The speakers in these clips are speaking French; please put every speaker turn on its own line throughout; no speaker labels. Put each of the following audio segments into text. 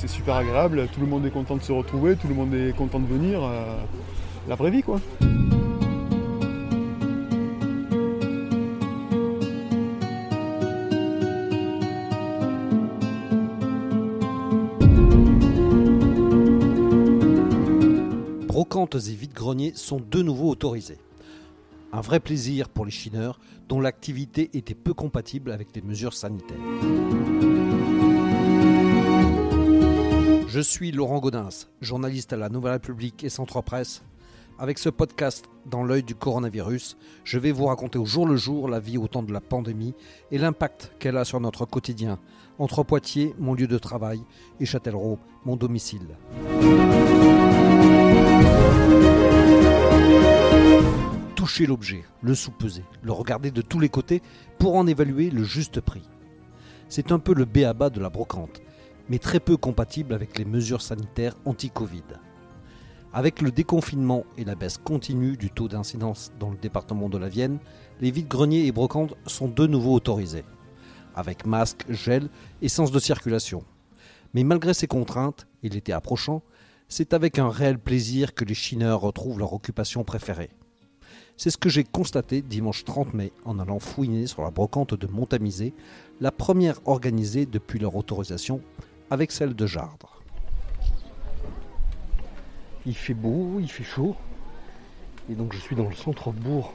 C'est super agréable, tout le monde est content de se retrouver, tout le monde est content de venir. euh, la vraie vie quoi.
Brocantes et vides-greniers sont de nouveau autorisés. Un vrai plaisir pour les chineurs dont l'activité était peu compatible avec les mesures sanitaires. Je suis Laurent Gaudens, journaliste à la Nouvelle République et Centre Presse. Avec ce podcast dans l'œil du coronavirus, je vais vous raconter au jour le jour la vie au temps de la pandémie et l'impact qu'elle a sur notre quotidien, entre Poitiers, mon lieu de travail, et Châtellerault, mon domicile. toucher l'objet, le soupeser, le regarder de tous les côtés pour en évaluer le juste prix. C'est un peu le béaba de la brocante, mais très peu compatible avec les mesures sanitaires anti-Covid. Avec le déconfinement et la baisse continue du taux d'incidence dans le département de la Vienne, les vides-greniers et brocantes sont de nouveau autorisés, avec masque, gel et sens de circulation. Mais malgré ces contraintes et l'été approchant, c'est avec un réel plaisir que les chineurs retrouvent leur occupation préférée. C'est ce que j'ai constaté dimanche 30 mai en allant fouiner sur la brocante de Montamisé, la première organisée depuis leur autorisation avec celle de Jardre.
Il fait beau, il fait chaud. Et donc je suis dans le centre-bourg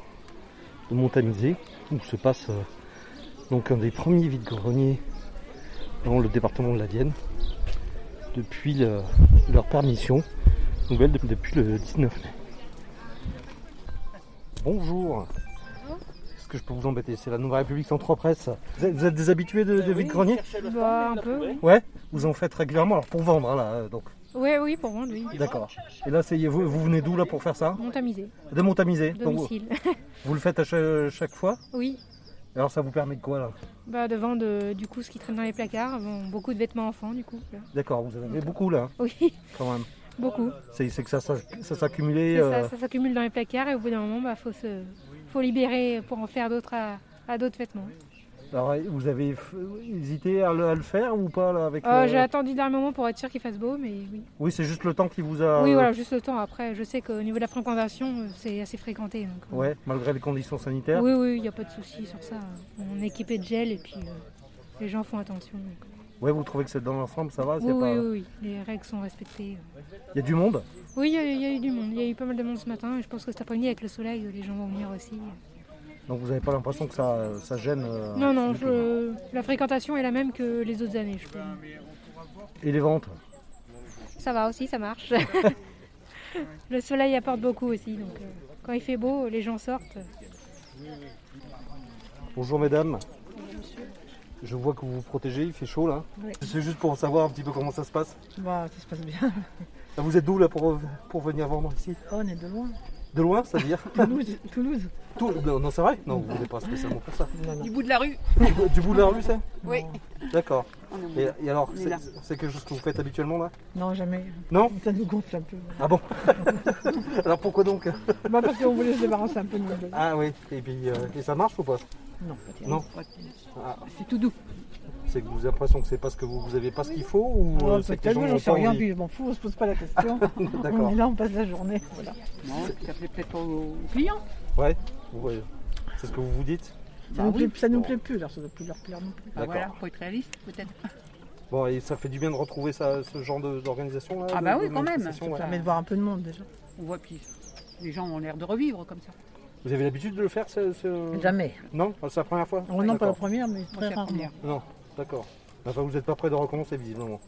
de Montamisé, où se passe euh, donc un des premiers vides-greniers dans le département de la Vienne, depuis le- leur permission nouvelle de- depuis le 19 mai. Bonjour Est-ce que je peux vous embêter C'est la Nouvelle République Centre Presse. Vous êtes, vous êtes des habitués de, de vide-grenier
Bah, un peu, oui.
Ouais Vous en faites régulièrement, alors pour vendre hein, là, euh, donc.
Oui, oui, pour vendre, oui.
D'accord. Et là, c'est- vous, vous venez d'où là pour faire ça
Montamisé,
De Montamisé. Donc, vous-
domicile.
Vous le faites à cha- chaque, fois
Oui,
Alors ça vous permet de quoi là
bah, de vendre euh, du coup ce qui traîne dans les placards. Bon, beaucoup de vêtements enfants, du coup. là.
D'accord, vous en avez beaucoup là
Oui,
quand même.
beaucoup.
C'est c'est que ça, ça, ça
C'est
s'accumulait. euh,
Ça, ça s'accumule dans les placards et au bout d'un moment, bah, faut, se... faut libérer pour en faire d'autres à, à d'autres vêtements.
Alors vous avez f- hésité à le, à le faire ou pas là avec
Euh,
euh,
J'ai attendu d'un moment pour être sûr qu'il fasse beau, mais oui.
Oui, c'est juste le temps qui vous a.
oui, voilà, juste le temps. Après, je sais qu'au niveau de la fréquentation, euh, c'est assez fréquenté. Donc, euh,
Ouais, malgré les conditions sanitaires.
Oui, oui, il n'y a pas de souci sur ça. On est équipé de gel et puis euh, les gens font attention. donc.
Ouais, vous trouvez que c'est dans l'ensemble, ça va Ah, c'est
Oui, oui,
pas...
oui, oui, les règles sont respectées.
Il y a du monde
Oui, il y, a- il y a eu du monde. Il y a eu pas mal de monde ce matin. Et je pense que cet après-midi, avec le soleil, les gens vont venir aussi.
Donc vous n'avez pas l'impression que ça, euh, ça gêne euh,
non, non,
du tout.
je- la fréquentation est la même que les autres années, je crois.
Et les ventes
Ça va aussi, ça marche. le soleil apporte beaucoup aussi. Donc, euh, quand il fait beau, les gens sortent.
Bonjour mesdames. Je vois que vous vous protégez, il fait chaud là.
Oui.
C'est juste pour savoir un petit peu comment ça se passe.
Bah, ça se passe bien. Oh,
Là, Vous êtes d'où là pour, pour venir vendre ici
On est de loin.
De loin, ça veut dire
Toulouse. Toulouse.
Tout- non, non, c'est vrai Non, vous n'êtes pas spécialement pour ça.
Du bout de la rue
Du, du bout de la rue, ça
Oui.
D'accord. Et, et alors,
On est
c'est
là.
c'est quelque chose que vous faites habituellement là
Non, jamais.
Non
Ça nous gonfle un peu.
Ah bon Alors pourquoi donc
Bah, parce qu'on voulait se débarrasser un peu de nous. deux.
Ah oui, et puis euh, et ça marche ou pas
Non, pas terrible.
Non. Ah,
C'est tout doux.
c'est que vous avez l'impression que c'est parce que vous, vous avez pas ce qu'il faut ou euh,
Oh,
c'est que les gens
tellement,
n'ont
j'en sais
pas
rien,
envie
puis je m'en fous, on se pose pas la question. on
D'accord.
est là, on passe la journée. Voilà.
Non, ça plaît peut-être pas aux clients.
Ouais, ouais. c'est ce que vous vous dites.
Ça,
Bah
nous,
oui.
plaît, ça nous plaît plus, alors ça ne doit plus leur plaire non plus. Ah,
Bah voilà,
D'accord.
faut être réaliste peut-être.
Bon, et ça fait du bien de retrouver ça, ce genre de- d'organisation là
Ah
de-
bah
de
oui, quand même.
manifestation, ouais.
Ça permet de voir un peu de monde déjà.
On voit puis les gens ont l'air de revivre comme ça.
Vous avez l'habitude de le faire ce, ce-
Jamais.
Non Ah, C'est la première fois
On non, pas la
D'accord.
première, mais
Moi,
très
c'est la
rarement.
première.
Non, d'accord. Enfin, vous n'êtes pas prêt de recommencer visiblement.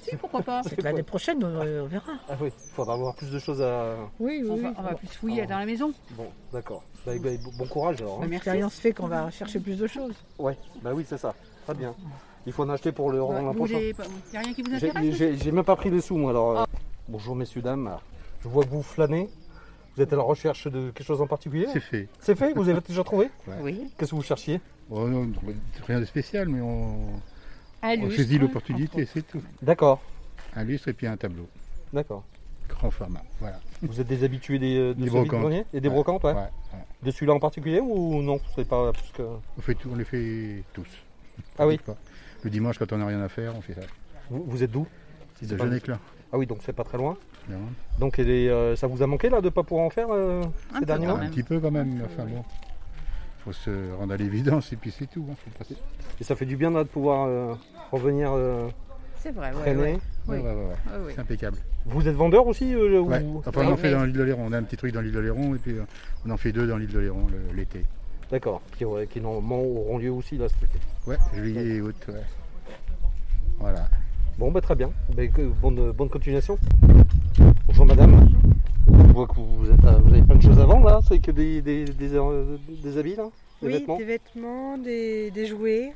Si, pourquoi pas
C'est quoi
Oh. L'année prochaine, on, euh, on verra.
Ah oui, il faudra avoir plus de choses à.
Oui, oui.
on
oui.
va, on va plus fouiller
Ah.
dans la maison.
Bon, d'accord. Bah, bah, bon courage alors. hein.
merci.
L'expérience fait qu'on va chercher plus de choses.
Ouais, bah oui, c'est ça. Très bien. Il faut en acheter pour le rendre l'an
Vous
prochain.
voulez pas- y a rien qui vous Ah.
J'ai-
intéresse
J'ai j'ai même pas pris les sous moi alors. euh, Bonjour messieurs, dames. Je vois que vous flânez. Vous êtes à la recherche de quelque chose en particulier
C'est fait.
C'est fait Vous avez déjà trouvé
Oui.
Qu'est-ce que vous cherchiez
Bon, Oh non, rien de spécial, mais on,
Un
on
lustre,
saisit l'opportunité, c'est tout.
D'accord,
Un lustre et puis un tableau.
d'accord.
Grand format, voilà.
Vous êtes des habitués des, euh, de
Des
ce
brocantes.
vide-grenier Et des brocantes, ouais.
Ouais, ouais.
De celui-là en particulier ou non C'est pas parce que.
On, fait tout- on les fait tous.
Ah oui.
Pas. Le dimanche, quand on n'a rien à faire, on fait ça.
Vous, vous êtes d'où
C'est
C'est
de
pas
jeune
mal.
éclat.
Ah oui, donc c'est pas très loin.
Non.
Donc et les, euh, ça vous a manqué là de ne pas pouvoir en faire euh,
Un
ces
peu
derniers
quand
mois
Un
même.
petit peu quand même, mais enfin bon. Faut se rendre à l'évidence et puis c'est tout. hein, faut pas se-
Et ça fait du bien là de pouvoir euh, revenir euh,
C'est vrai,
Ah
ouais,
traîner.
ouais. Oui.
Ouais, ouais, ouais, ouais.
Ouais, ouais.
C'est impeccable.
Vous êtes vendeur aussi euh,
Ouais.
vous-
Enfin, on en
Ah
Ouais,
fait
mais-
dans l'île de l'Oléron. On a un petit truc dans l'île de l'Oléron et puis euh, on en fait deux dans l'île de l'Oléron le- l'été.
D'accord, qui, ouais, qui normalement auront lieu aussi là cet été.
Ouais, juillet et août. ouais. Voilà.
Bon, bah, très bien. Bah, que- bonne, bonne continuation. Bonjour madame. Je vois que vous, vous êtes à- vous avez plein de choses à vendre là. C'est que des, des, des, euh, des habits là Des
Oui,
vêtements
des vêtements, des, des jouets,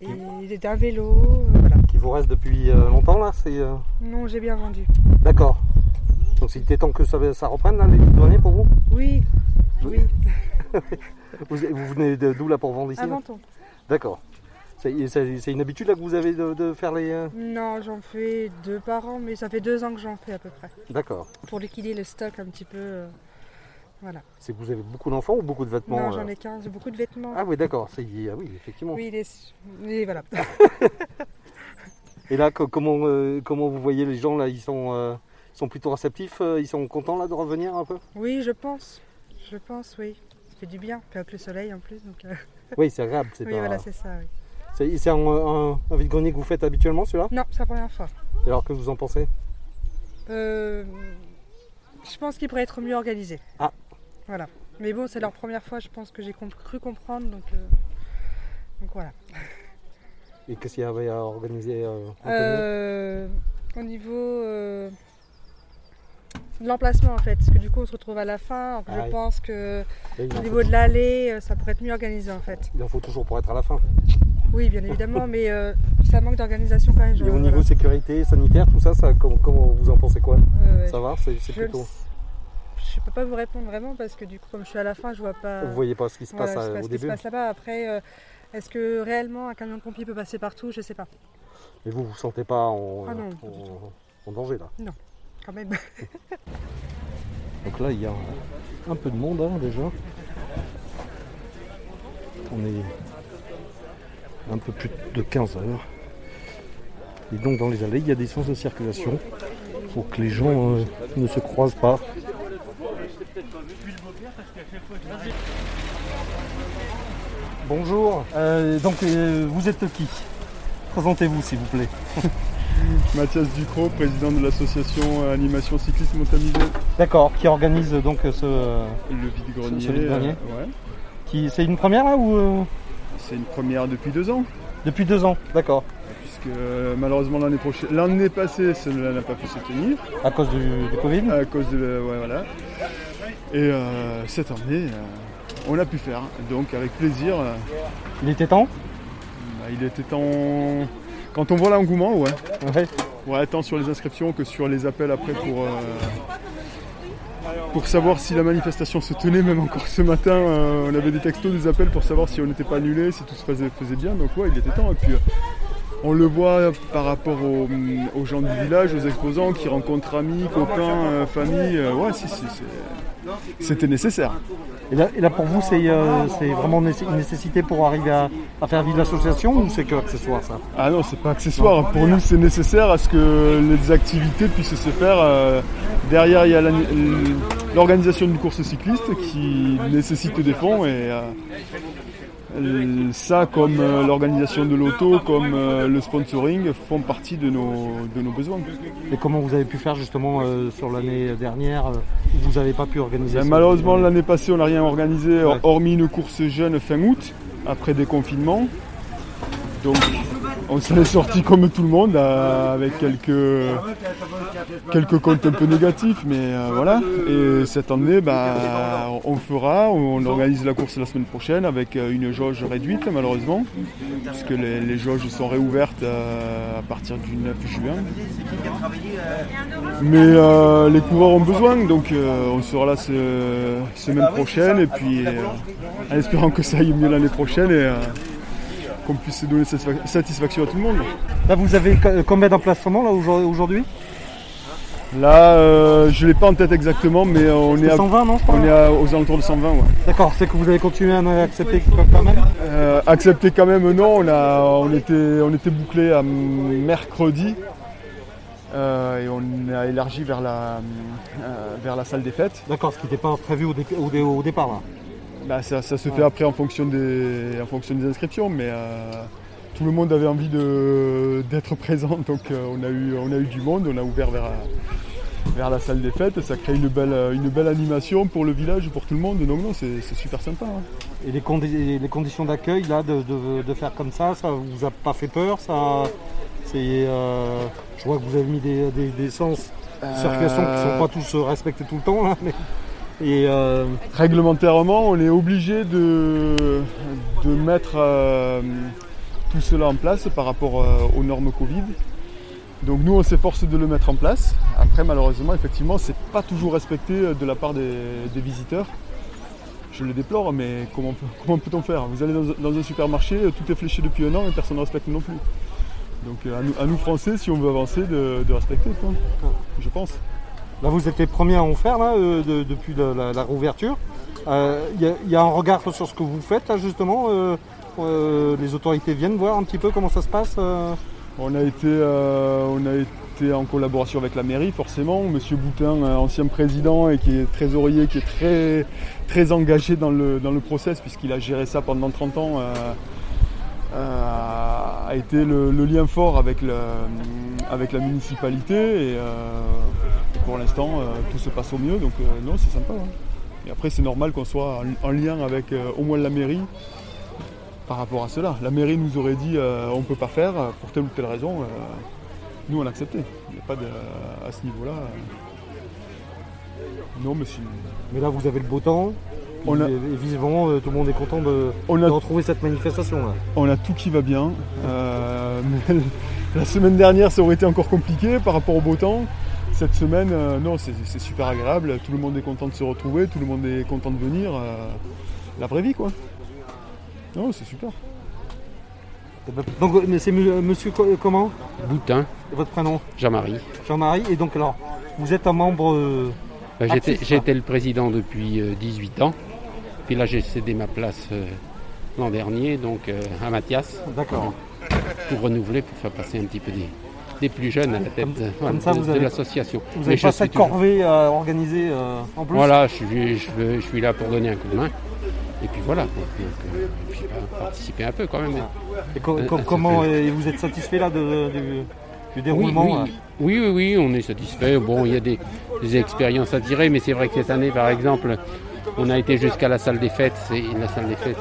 et des- un vélo. euh, voilà.
qui vous restent depuis euh, longtemps là c'est, euh,
Non, j'ai bien vendu.
D'accord. Donc il était temps que ça, ça reprenne là, les petites douaniers pour vous
Oui, oui,
Vous, vous venez de- d'où là pour vendre ici là
avant ton.
D'accord. C'est c'est- c'est une habitude là que vous avez de, de faire les. euh,
Non, j'en fais deux par an, mais ça fait deux ans que j'en fais à peu près.
D'accord.
Pour liquider le stock un petit peu. euh, Voilà.
C'est que vous avez beaucoup d'enfants ou beaucoup de vêtements
non,
euh
j'en ai 15, j'ai beaucoup de vêtements.
Ah oui, d'accord. c'est- Ah oui, effectivement.
oui, les... mais voilà.
Et là, co- comment, euh, comment vous voyez les gens là Ils sont, euh, ils sont plutôt réceptifs euh, Ils sont contents là de revenir un peu
Oui, je pense. Je pense, oui. Ça fait du bien. Puis avec le soleil en plus. Donc, euh,
Oui, c'est agréable. C'est
Oui,
pas-
voilà, c'est ça. oui.
c'est- c'est un, un- un vide-grenier que vous faites habituellement celui-là
Non, c'est la première fois.
Et Alors que vous en pensez
Euh, je pense qu'il pourrait être mieux organisé.
Ah.
Voilà. Mais bon, c'est leur première fois, je pense que j'ai comp- cru comprendre. Donc, euh, donc voilà.
Et qu'est-ce qu'il y avait à organiser euh, Anthony
Euh, au niveau euh, de l'emplacement, en fait, parce que du coup, on se retrouve à la fin. alors que
Ah oui.
je pense que
Et il,
au
en
niveau
faut,
de l'allée, euh, ça pourrait être mieux organisé, en fait.
il en faut toujours pour être à la fin.
Oui, bien évidemment, mais euh, ça manque d'organisation quand même.
Et
je-
au
voilà.
niveau sécurité, sanitaire, tout ça, ça comment, comment vous en pensez quoi
Euh,
Ça va C'est c'est
je ne
plutôt.
je peux pas vous répondre vraiment parce que du coup, comme je suis à la fin, je vois pas.
Vous voyez pas ce qui se
Voilà,
passe
je sais
euh,
pas
au
ce qui se
début.
passe là-bas. Après, euh, est-ce que réellement un camion de pompier peut passer partout Je sais pas,
Et vous, vous sentez pas en,
Ah
euh,
non, pas du
en- en danger là
quand même.
Donc là, il y a un, un peu de monde hein, déjà. On est un peu plus de 15 heures. Et donc dans les allées, il y a des sens de circulation pour que les gens euh, ne se croisent pas. Bonjour, euh, donc euh, vous êtes qui Présentez-vous s'il vous plaît.
Mathias Ducrot, président de l'association euh, Animation Cycliste Montamision.
D'accord, qui organise donc ce... euh,
Le vide-grenier.
C'est- c'est le dernier.
euh, ouais.
qui... C'est une première là ou... euh,
C'est une première depuis deux ans,
Depuis deux ans, d'accord.
puisque euh, malheureusement l'année prochaine, l'année passée, cela n'a pas pu se tenir
À cause du, du Covid
à cause de, le- ouais, voilà. Et euh, cette année, euh, on l'a pu faire. Donc avec plaisir. euh,
Il était temps
bah, il était temps. Quand on voit l'engouement, ouais.
Ouais.
Ouais, tant sur les inscriptions que sur les appels après pour, euh, pour savoir si la manifestation se tenait. Même encore ce matin, euh, on avait des textos, des appels pour savoir si on n'était pas annulé, si tout se faisait, faisait bien. Donc ouais, il était temps. Et puis euh, on le voit par rapport aux, hum, aux gens du village, aux exposants qui rencontrent amis, copains, euh, famille. Euh, ouais, si, si, c'est- c'était nécessaire.
Et là, et là, pour vous, c'est euh, c'est vraiment né- une nécessité pour arriver à, à faire vivre l'association ou c'est que accessoire ça
Ah non, c'est pas accessoire. Pour nous, c'est nécessaire à ce que les activités puissent se faire. euh, Derrière, il y a l'ani- l'organisation d'une course cycliste qui nécessite des fonds et euh, euh, ça, comme euh, l'organisation de l'auto, comme euh, le sponsoring, font partie de nos, de nos besoins.
Et comment vous avez pu faire justement euh, sur l'année dernière euh, où vous n'avez pas pu organiser euh,
Et
ça
Ben, malheureusement, l'année passée, on n'a rien organisé,
Ouais.
hormis une course jeune fin août, après des confinements. Donc, on s'en est sorti comme tout le monde, euh, avec quelques, quelques comptes un peu négatifs, mais euh, voilà. Et cette année, bah, on fera, on organise la course la semaine prochaine avec euh, une jauge réduite, malheureusement, puisque les, les jauges sont réouvertes euh, à partir du 9 juin. Mais euh, les coureurs ont besoin, donc euh, on sera là ce, semaine prochaine et puis euh, en espérant que ça aille mieux l'année prochaine et euh, qu'on puisse donner satisfa- satisfaction à tout le monde.
Là, vous avez co- euh, combien d'emplacements là aujourd'hui- aujourd'hui
Là, euh, je l'ai pas en tête exactement, mais on est, à,
120, non je crois
on est à- aux alentours de 120. Ouais.
D'accord, c'est que vous avez continué à accepter quand même
Euh, accepté quand même, non, on, a, on était, on était bouclé à mercredi. euh, et on a élargi vers la, euh, vers la salle des fêtes.
D'accord, ce qui n'était pas prévu au, dé- au dé- au départ. Là.
Bah, ça, ça se fait
Ouais.
après en fonction des, en fonction des inscriptions, mais euh, tout le monde avait envie de- d'être présent, donc euh, on, a eu, on a eu du monde, on a ouvert vers, la- vers la salle des fêtes, ça crée une belle, une belle animation pour le village, pour tout le monde, donc non, c'est c'est super sympa. hein.
Et les, condi- les conditions d'accueil, là, de, de- de faire comme ça, ça vous a pas fait peur ça, c'est, euh, Je vois que vous avez mis des, des, des sens de circulation qui
Euh,
sont pas tous euh, respectés tout le temps. Là, mais- Et euh,
Réglementairement, on est obligé de, de mettre euh, tout cela en place par rapport euh, aux normes Covid. Donc nous, on s'efforce de le mettre en place. Après, malheureusement, effectivement, c'est pas toujours respecté euh, de la part des, des visiteurs. Je le déplore, mais comment, peut- comment peut-on faire Vous allez dans, dans un supermarché, euh, tout est fléché depuis un an et personne ne respecte non plus. Donc euh, à, nous, à nous, Français, si on veut avancer, de, de respecter, quoi. je pense.
là, vous êtes les premiers à en faire là, euh, de- depuis la, la- la rouverture. Euh, Il y a- il y, a un regard sur ce que vous faites, là, justement. euh, euh, les autorités viennent voir un petit peu comment ça se passe. euh.
On a été, euh, on a été en collaboration avec la mairie, forcément. Monsieur Boutin, euh, ancien président et qui est trésorier, qui est très, très engagé dans le, dans le process, puisqu'il a géré ça pendant 30 ans, euh, euh, a été le, le lien fort avec, le, avec la municipalité. Et euh, pour l'instant, euh, tout se passe au mieux. Donc, euh, non, c'est sympa. hein. Et après, c'est normal qu'on soit en, en lien avec euh, au moins la mairie par rapport à cela. La mairie nous aurait dit euh, on ne peut pas faire euh, pour telle ou telle raison. euh, nous, on acceptait. Il n'y a pas de, à ce niveau-là. euh, Non, mais si.
Mais là, vous avez le beau temps.
On a-
Et, et visiblement, euh, tout le monde est content de,
On
de
a,
retrouver cette manifestation. Là.
on a tout qui va bien. euh, mais la semaine dernière, ça aurait été encore compliqué par rapport au beau temps. Cette semaine, euh, non, c'est c'est super agréable. Tout le monde est content de se retrouver, tout le monde est content de venir. euh, la vraie vie, quoi. Non, c'est super.
Donc, euh, mais c'est mu- monsieur co- euh, comment
Boutin,
Votre prénom
Jean-Marie. Euh,
Jean-Marie. Et donc, alors, vous êtes un membre. euh,
Ben, j'étais-
Actif,
J'ai
ça.
été le président depuis euh, 18 ans. Puis là, j'ai cédé ma place euh, l'an dernier, donc euh, à Mathias,
D'accord.
pour renouveler, pour faire passer un petit peu des, des plus jeunes à la tête
Comme-
euh,
comme ça,
de,
vous
de
avez-
l'association.
Vous
Mais
n'avez
je
pas
suis
cette
toujours-
corvée à organiser euh, en plus
Voilà, je, suis- je veux- je suis là pour donner un coup de main. Et puis voilà, quoi. Donc, euh, et puis, bah, participer un peu quand même.
Et co-
Euh,
co-
ça
comment
fait-
euh, vous êtes satisfait là de- du, du
Oui,
déroulement euh
oui.
là
oui, oui, oui, on est satisfait. Bon, il y a des, des expériences à tirer, mais c'est vrai que cette année, par exemple, on a été jusqu'à la salle des fêtes. C'est la salle des fêtes.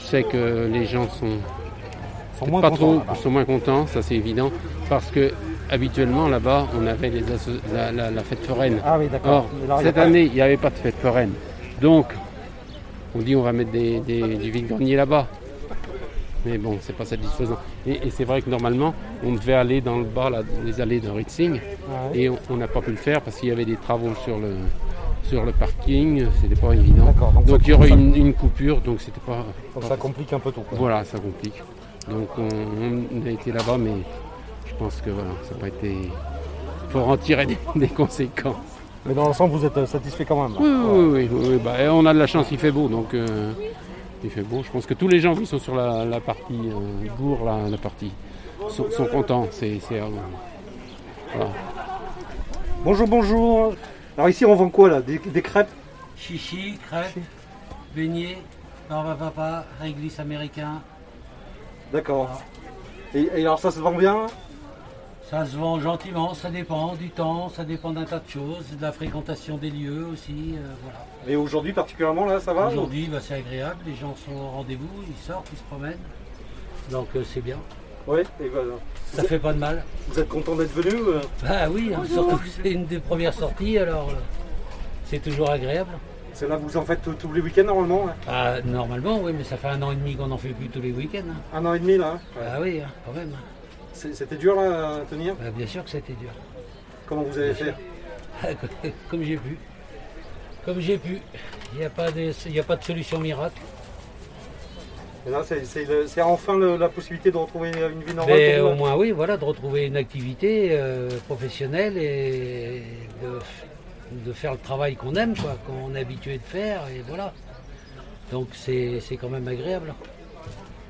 Je sais que les gens sont
Ils sont moins
pas
contents,
trop,
là-bas.
sont moins contents, ça c'est évident, parce que habituellement là-bas, on avait les asso- la, la- la fête foraine.
Ah oui,
Or,
d'accord. Mais là, il y a
cette
pas-
année, il n'y avait pas de fête foraine. Donc, on dit on va mettre des, des- du vide-grenier là-bas. Mais bon, c'est pas satisfaisant. Et, et c'est vrai que normalement, on devait aller dans le bas, là, les allées de Ritzing,
Ouais.
et on on n'a pas pu le faire parce qu'il y avait des travaux sur le, sur le parking, c'était pas évident.
D'accord. Donc,
Donc
ça-
il y aurait
ça-
une, une coupure, donc c'était pas,
donc, ça complique un peu tout. quoi.
voilà, ça complique. Donc on, on a été là-bas, mais je pense que voilà, ça n'a pas été. Il faut en tirer des, des conséquences.
Mais dans l'ensemble, vous êtes euh, satisfait quand même. là.
Oui,
Voilà.
oui, oui, oui, oui. Bah, et on a de la chance, il fait beau, donc euh, il fait beau. Je pense que tous les gens qui sont sur la, la partie euh, bourg, là, la partie, sont, sont contents. C'est, c'est, euh, voilà.
Bonjour, bonjour. Alors ici, on vend quoi là des, des crêpes
Chichi, crêpes, beignets, barbe à papa, réglisse américain.
D'accord. Et, et alors ça se vend bien
Ça se vend gentiment, ça dépend du temps, ça dépend d'un tas de choses, de la fréquentation des lieux aussi. euh, voilà.
Et aujourd'hui particulièrement là, ça va
Aujourd'hui, bah, c'est agréable, les gens sont au rendez-vous, ils sortent, ils se promènent. Donc euh, c'est bien,
Oui. Et ben, voilà.
ça fait pas de mal.
Vous êtes content d'être venu euh
Bah oui, hein, surtout que c'est une des premières sorties, alors euh, c'est toujours agréable.
C'est là que vous en faites tous- tous les week-ends normalement hein
Ah, normalement, oui, mais ça fait un an et demi qu'on n'en fait plus tous les week-ends. hein.
Un an et demi là. hein Ouais.
Bah oui, hein, quand même.
C'est- C'était dur là à tenir
Bah, bien sûr que c'était dur.
Comment vous avez fait
Comme j'ai pu. Comme j'ai pu. Il n'y a, pas de- il n'y a pas de solution miracle.
Et là, c'est- c'est le- c'est enfin le- la possibilité de retrouver une vie normale.
Mais
pour
au
vous,
moins, oui, voilà, de retrouver une activité euh, professionnelle et de, de faire le travail qu'on aime, quoi, qu'on est habitué de faire, et voilà. Donc c'est c'est quand même agréable.
là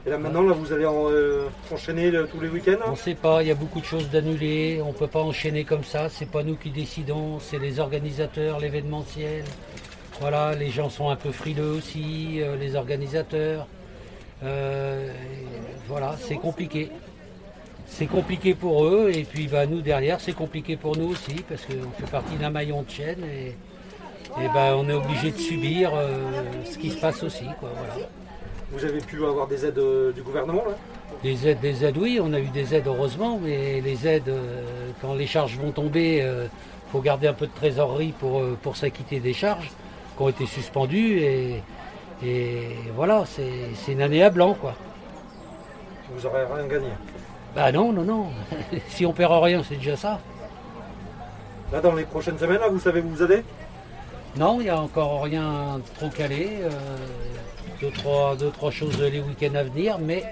Et là maintenant, là, vous allez en, euh, enchaîner le- tous les week-ends
On
hein
ne sait pas, il y a beaucoup de choses d'annulées, on ne peut pas enchaîner comme ça, c'est pas nous qui décidons, c'est les organisateurs, l'événementiel. Voilà, les gens sont un peu frileux aussi, euh, les organisateurs. Euh, voilà, c'est compliqué. C'est compliqué pour eux et puis bah, nous derrière c'est compliqué pour nous aussi parce qu'on fait partie d'un maillon de chaîne et, et, bah, on est obligé de subir euh, ce qui se passe aussi. Quoi, voilà.
Vous avez pu avoir des aides euh, du gouvernement là
Des aides, des aides, oui, on a eu des aides heureusement, mais les aides, euh, quand les charges vont tomber, euh, faut garder un peu de trésorerie pour, euh, pour s'acquitter des charges qui ont été suspendues et, et voilà, c'est c'est une année à blanc quoi.
Vous aurez rien gagné.
Bah non, non, non, si on perd rien, c'est déjà ça.
Là, dans les prochaines semaines, là, vous savez où vous allez
Non, il n'y a encore rien de trop calé, euh, deux, trois, deux, trois choses les week-ends à venir, mais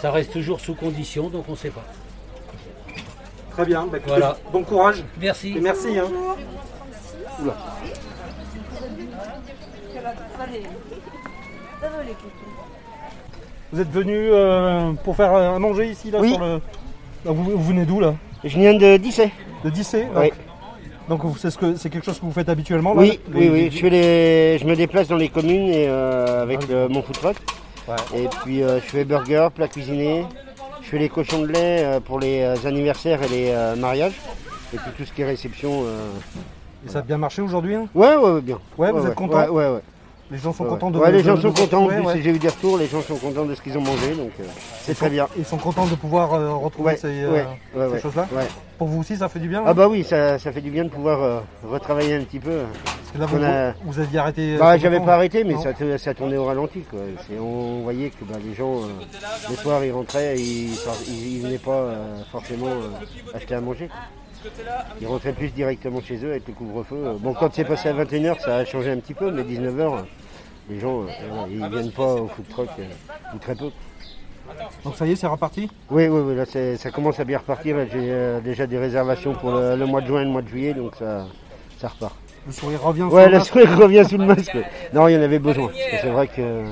ça reste toujours sous condition, donc on ne sait pas.
Très bien, bah, écoutez,
Voilà.
bon courage.
Merci.
Et merci. hein. Oula. Vous êtes venu euh, pour faire euh, à manger ici là
Oui.
sur le. Là, vous, vous venez d'où là
Je viens de Dissé.
De Dissé
Oui.
Donc vous- c'est ce que c'est quelque chose que vous faites habituellement là,
Oui,
les-
oui,
les-
oui. Je, fais les- je me déplace dans les communes et, euh, avec
Ah
le- mon food truck. Et puis euh, je fais burger, plats cuisinés. Je fais les cochons de lait euh, pour les euh, anniversaires et les euh, mariages. Et puis tout ce qui est réception. euh,
Et ça a bien marché aujourd'hui hein
Ouais, ouais, ouais, bien.
Ouais, vous êtes content
Ouais, ouais, ouais.
Les gens sont
Ouais, ouais.
contents de
Ouais, les
de-
gens
de-
sont
de-
contents. En
ouais,
plus,
ouais.
J'ai eu des retours, les gens sont contents de ce qu'ils ont mangé, donc euh, c'est très bien.
Ils sont contents de pouvoir euh, retrouver
Ouais,
ces, euh,
ouais, ouais,
ces
ouais,
choses-là.
ouais.
Pour vous aussi, ça fait du bien.
Ah
hein
bah oui, ça, ça fait du bien de pouvoir euh, retravailler un petit peu.
Parce que là, vous,
On a-
vous aviez arrêté. euh,
Bah,
combien
j'avais
de
pas
temps
arrêté, mais
Non
ça, t- ça tournait au ralenti. Quoi. C'est- On voyait que bah, les gens, euh, le soir, ils rentraient et ils, sort- ils- ils venaient pas euh, forcément euh, acheter à manger. Ils rentraient plus directement chez eux avec le couvre-feu. Bon, quand c'est passé à 21h, ça a changé un petit peu, mais 19h, les gens, euh, voilà, ils viennent pas au food truck, euh, ou très peu.
Donc ça y est, c'est reparti
Oui, oui, oui, là, c'est- ça commence à bien repartir. J'ai euh, déjà des réservations pour le, le mois de juin et le mois de juillet, donc ça, ça repart.
Le sourire revient sous
Ouais,
le
la
masque.
sourire revient sous le masque. Non, il y en avait besoin. parce que C'est vrai que euh,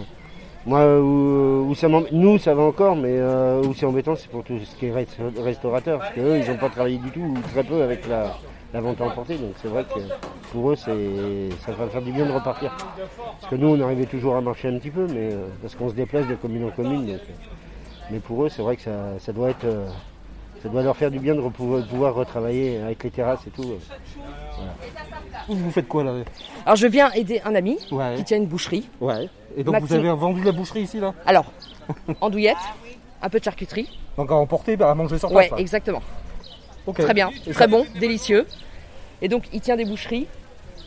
moi, où, où ça m'embête- nous, ça va encore, mais euh, où c'est embêtant, c'est pour tout ce qui est rest- restaurateur. Parce qu'eux, ils n'ont pas travaillé du tout, ou très peu, avec la, la vente à emporter. Donc c'est vrai que pour eux, c'est, ça va faire du bien de repartir. Parce que nous, on arrivait toujours à marcher un petit peu, mais euh, parce qu'on se déplace de commune en commune. donc, euh, mais pour eux, c'est vrai que ça, ça doit être. euh, ça doit leur faire du bien de repou- pouvoir retravailler avec les terrasses et tout. euh, voilà.
Vous faites quoi là
Alors je viens aider un ami
Ouais.
qui tient une boucherie.
Ouais. Et donc vous
Maxime.
avez vendu la boucherie ici là
Alors, andouillette, un peu de charcuterie.
Donc à emporter, bah, à manger sur
ouais,
place. là.
exactement.
Ok.
Très bien,
Et
très
ça-
bon, délicieux. Et donc il tient des boucheries,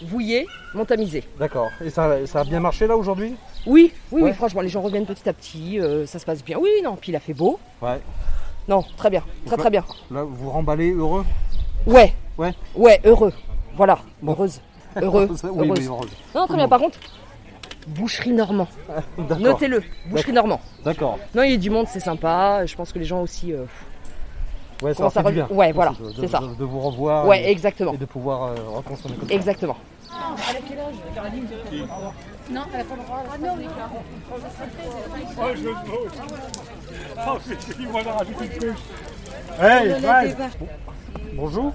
Vouillé, montamisées.
D'accord. Et ça, ça a bien marché là aujourd'hui
Oui, oui,
Ouais.
oui, franchement, les gens reviennent petit à petit, euh, ça se passe bien. Oui, non, puis il a fait beau.
Ouais.
Non, très bien, très
Donc là-
très bien.
Là, vous vous remballez heureux
Ouais,
Ouais.
ouais, heureux. Voilà, heureuse, heureux,
Oui, oui,
heureuse.
heureuse.
Non, très bien, par contre, boucherie normand.
D'accord.
Notez-le, boucherie normand.
D'accord.
Non, il y a du monde, c'est sympa. Je pense que les gens aussi. euh,
Ouais, ça
commencent
fait
à
du
re-
bien.
Ouais, voilà,
De- de-
c'est ça.
De, de vous revoir.
Ouais,
et-
exactement.
Et de pouvoir euh, reconsommer comme ça.
Exactement.
Non, elle a pas le droit. Ah non,
Oh, je me pose. Oh, mais il m'en a rajouté une couche.
Hey,
Le lait
Val.
des vaches.
Bonjour.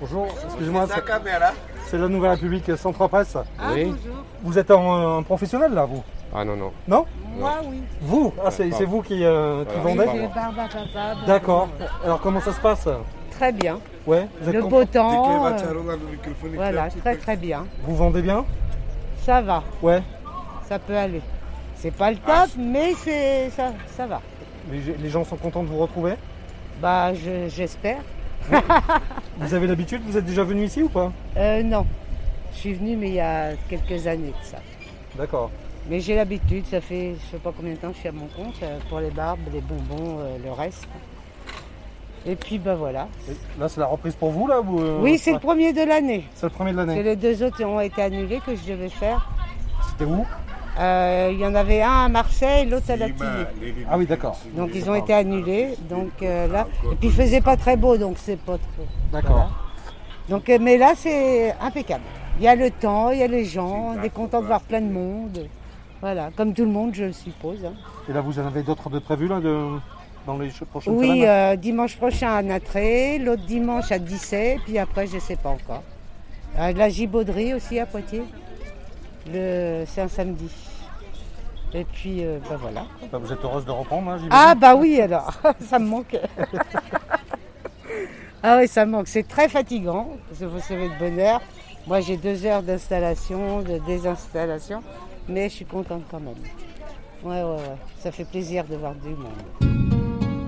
Bonjour, excusez-moi. c'est- C'est la Nouvelle République Centre Presse.
Ah, Oui. bonjour.
Vous êtes euh, un, un professionnel là, vous
Ah non, non.
Non
Moi,
oui. Vous Ah, c'est
Ouais,
c'est vous qui, euh, qui
Voilà, c'est pas
vendez
Barbe à papa. barbe-
D'accord. Alors comment ça se passe
Très bien.
Ouais. vous êtes
Le
content
beau temps. euh, voilà, très très bien.
Vous vendez bien
Ça va,
Ouais. Ah.
ça peut aller. C'est pas le top, mais c'est ça, ça va.
Les, ge- les gens sont contents de vous retrouver
Bah, je- j'espère.
Vous avez l'habitude Vous êtes déjà venu ici ou pas
Euh, non, je suis venue, mais il y a quelques années de ça.
D'accord.
Mais j'ai l'habitude, ça fait je sais pas combien de temps que je suis à mon compte, euh, pour les barbes, les bonbons, euh, le reste. Et puis, bah voilà.
Et Là, c'est la reprise pour vous là ou, euh,
Oui, c'est le
ouais.
premier de l'année.
C'est le premier de
Parce que
l'année.
les deux autres ont été annulés que je devais faire.
C'était où
Euh, Il y en avait un à Marseille, l'autre à la
Ah oui, d'accord.
Donc ils ont été annulés. Donc euh, là, et puis il faisait pas très beau, donc c'est pas trop.
D'accord.
Donc euh, mais là c'est impeccable. Il y a le temps, il y a les gens, on est content de voir plein de monde. Voilà, comme tout le monde, je suppose. hein.
Et là, vous en avez d'autres de prévus là, de... dans les prochaines
Oui,
semaines
euh, dimanche prochain à Natré, l'autre dimanche à Dissay, puis après, je ne sais pas encore. Euh, la gibauderie aussi à Poitiers, le... c'est un samedi. Et puis, euh, bah voilà.
Bah, Vous êtes heureuse de reprendre, hein, j'imagine
Ah bah oui alors, ça me manquait. ah oui, ça me manque. C'est très fatigant, parce que vous savez de bonheur. Moi j'ai deux heures d'installation, de désinstallation, mais je suis contente quand même. Ouais, ouais, ouais. Ça fait plaisir de voir du monde.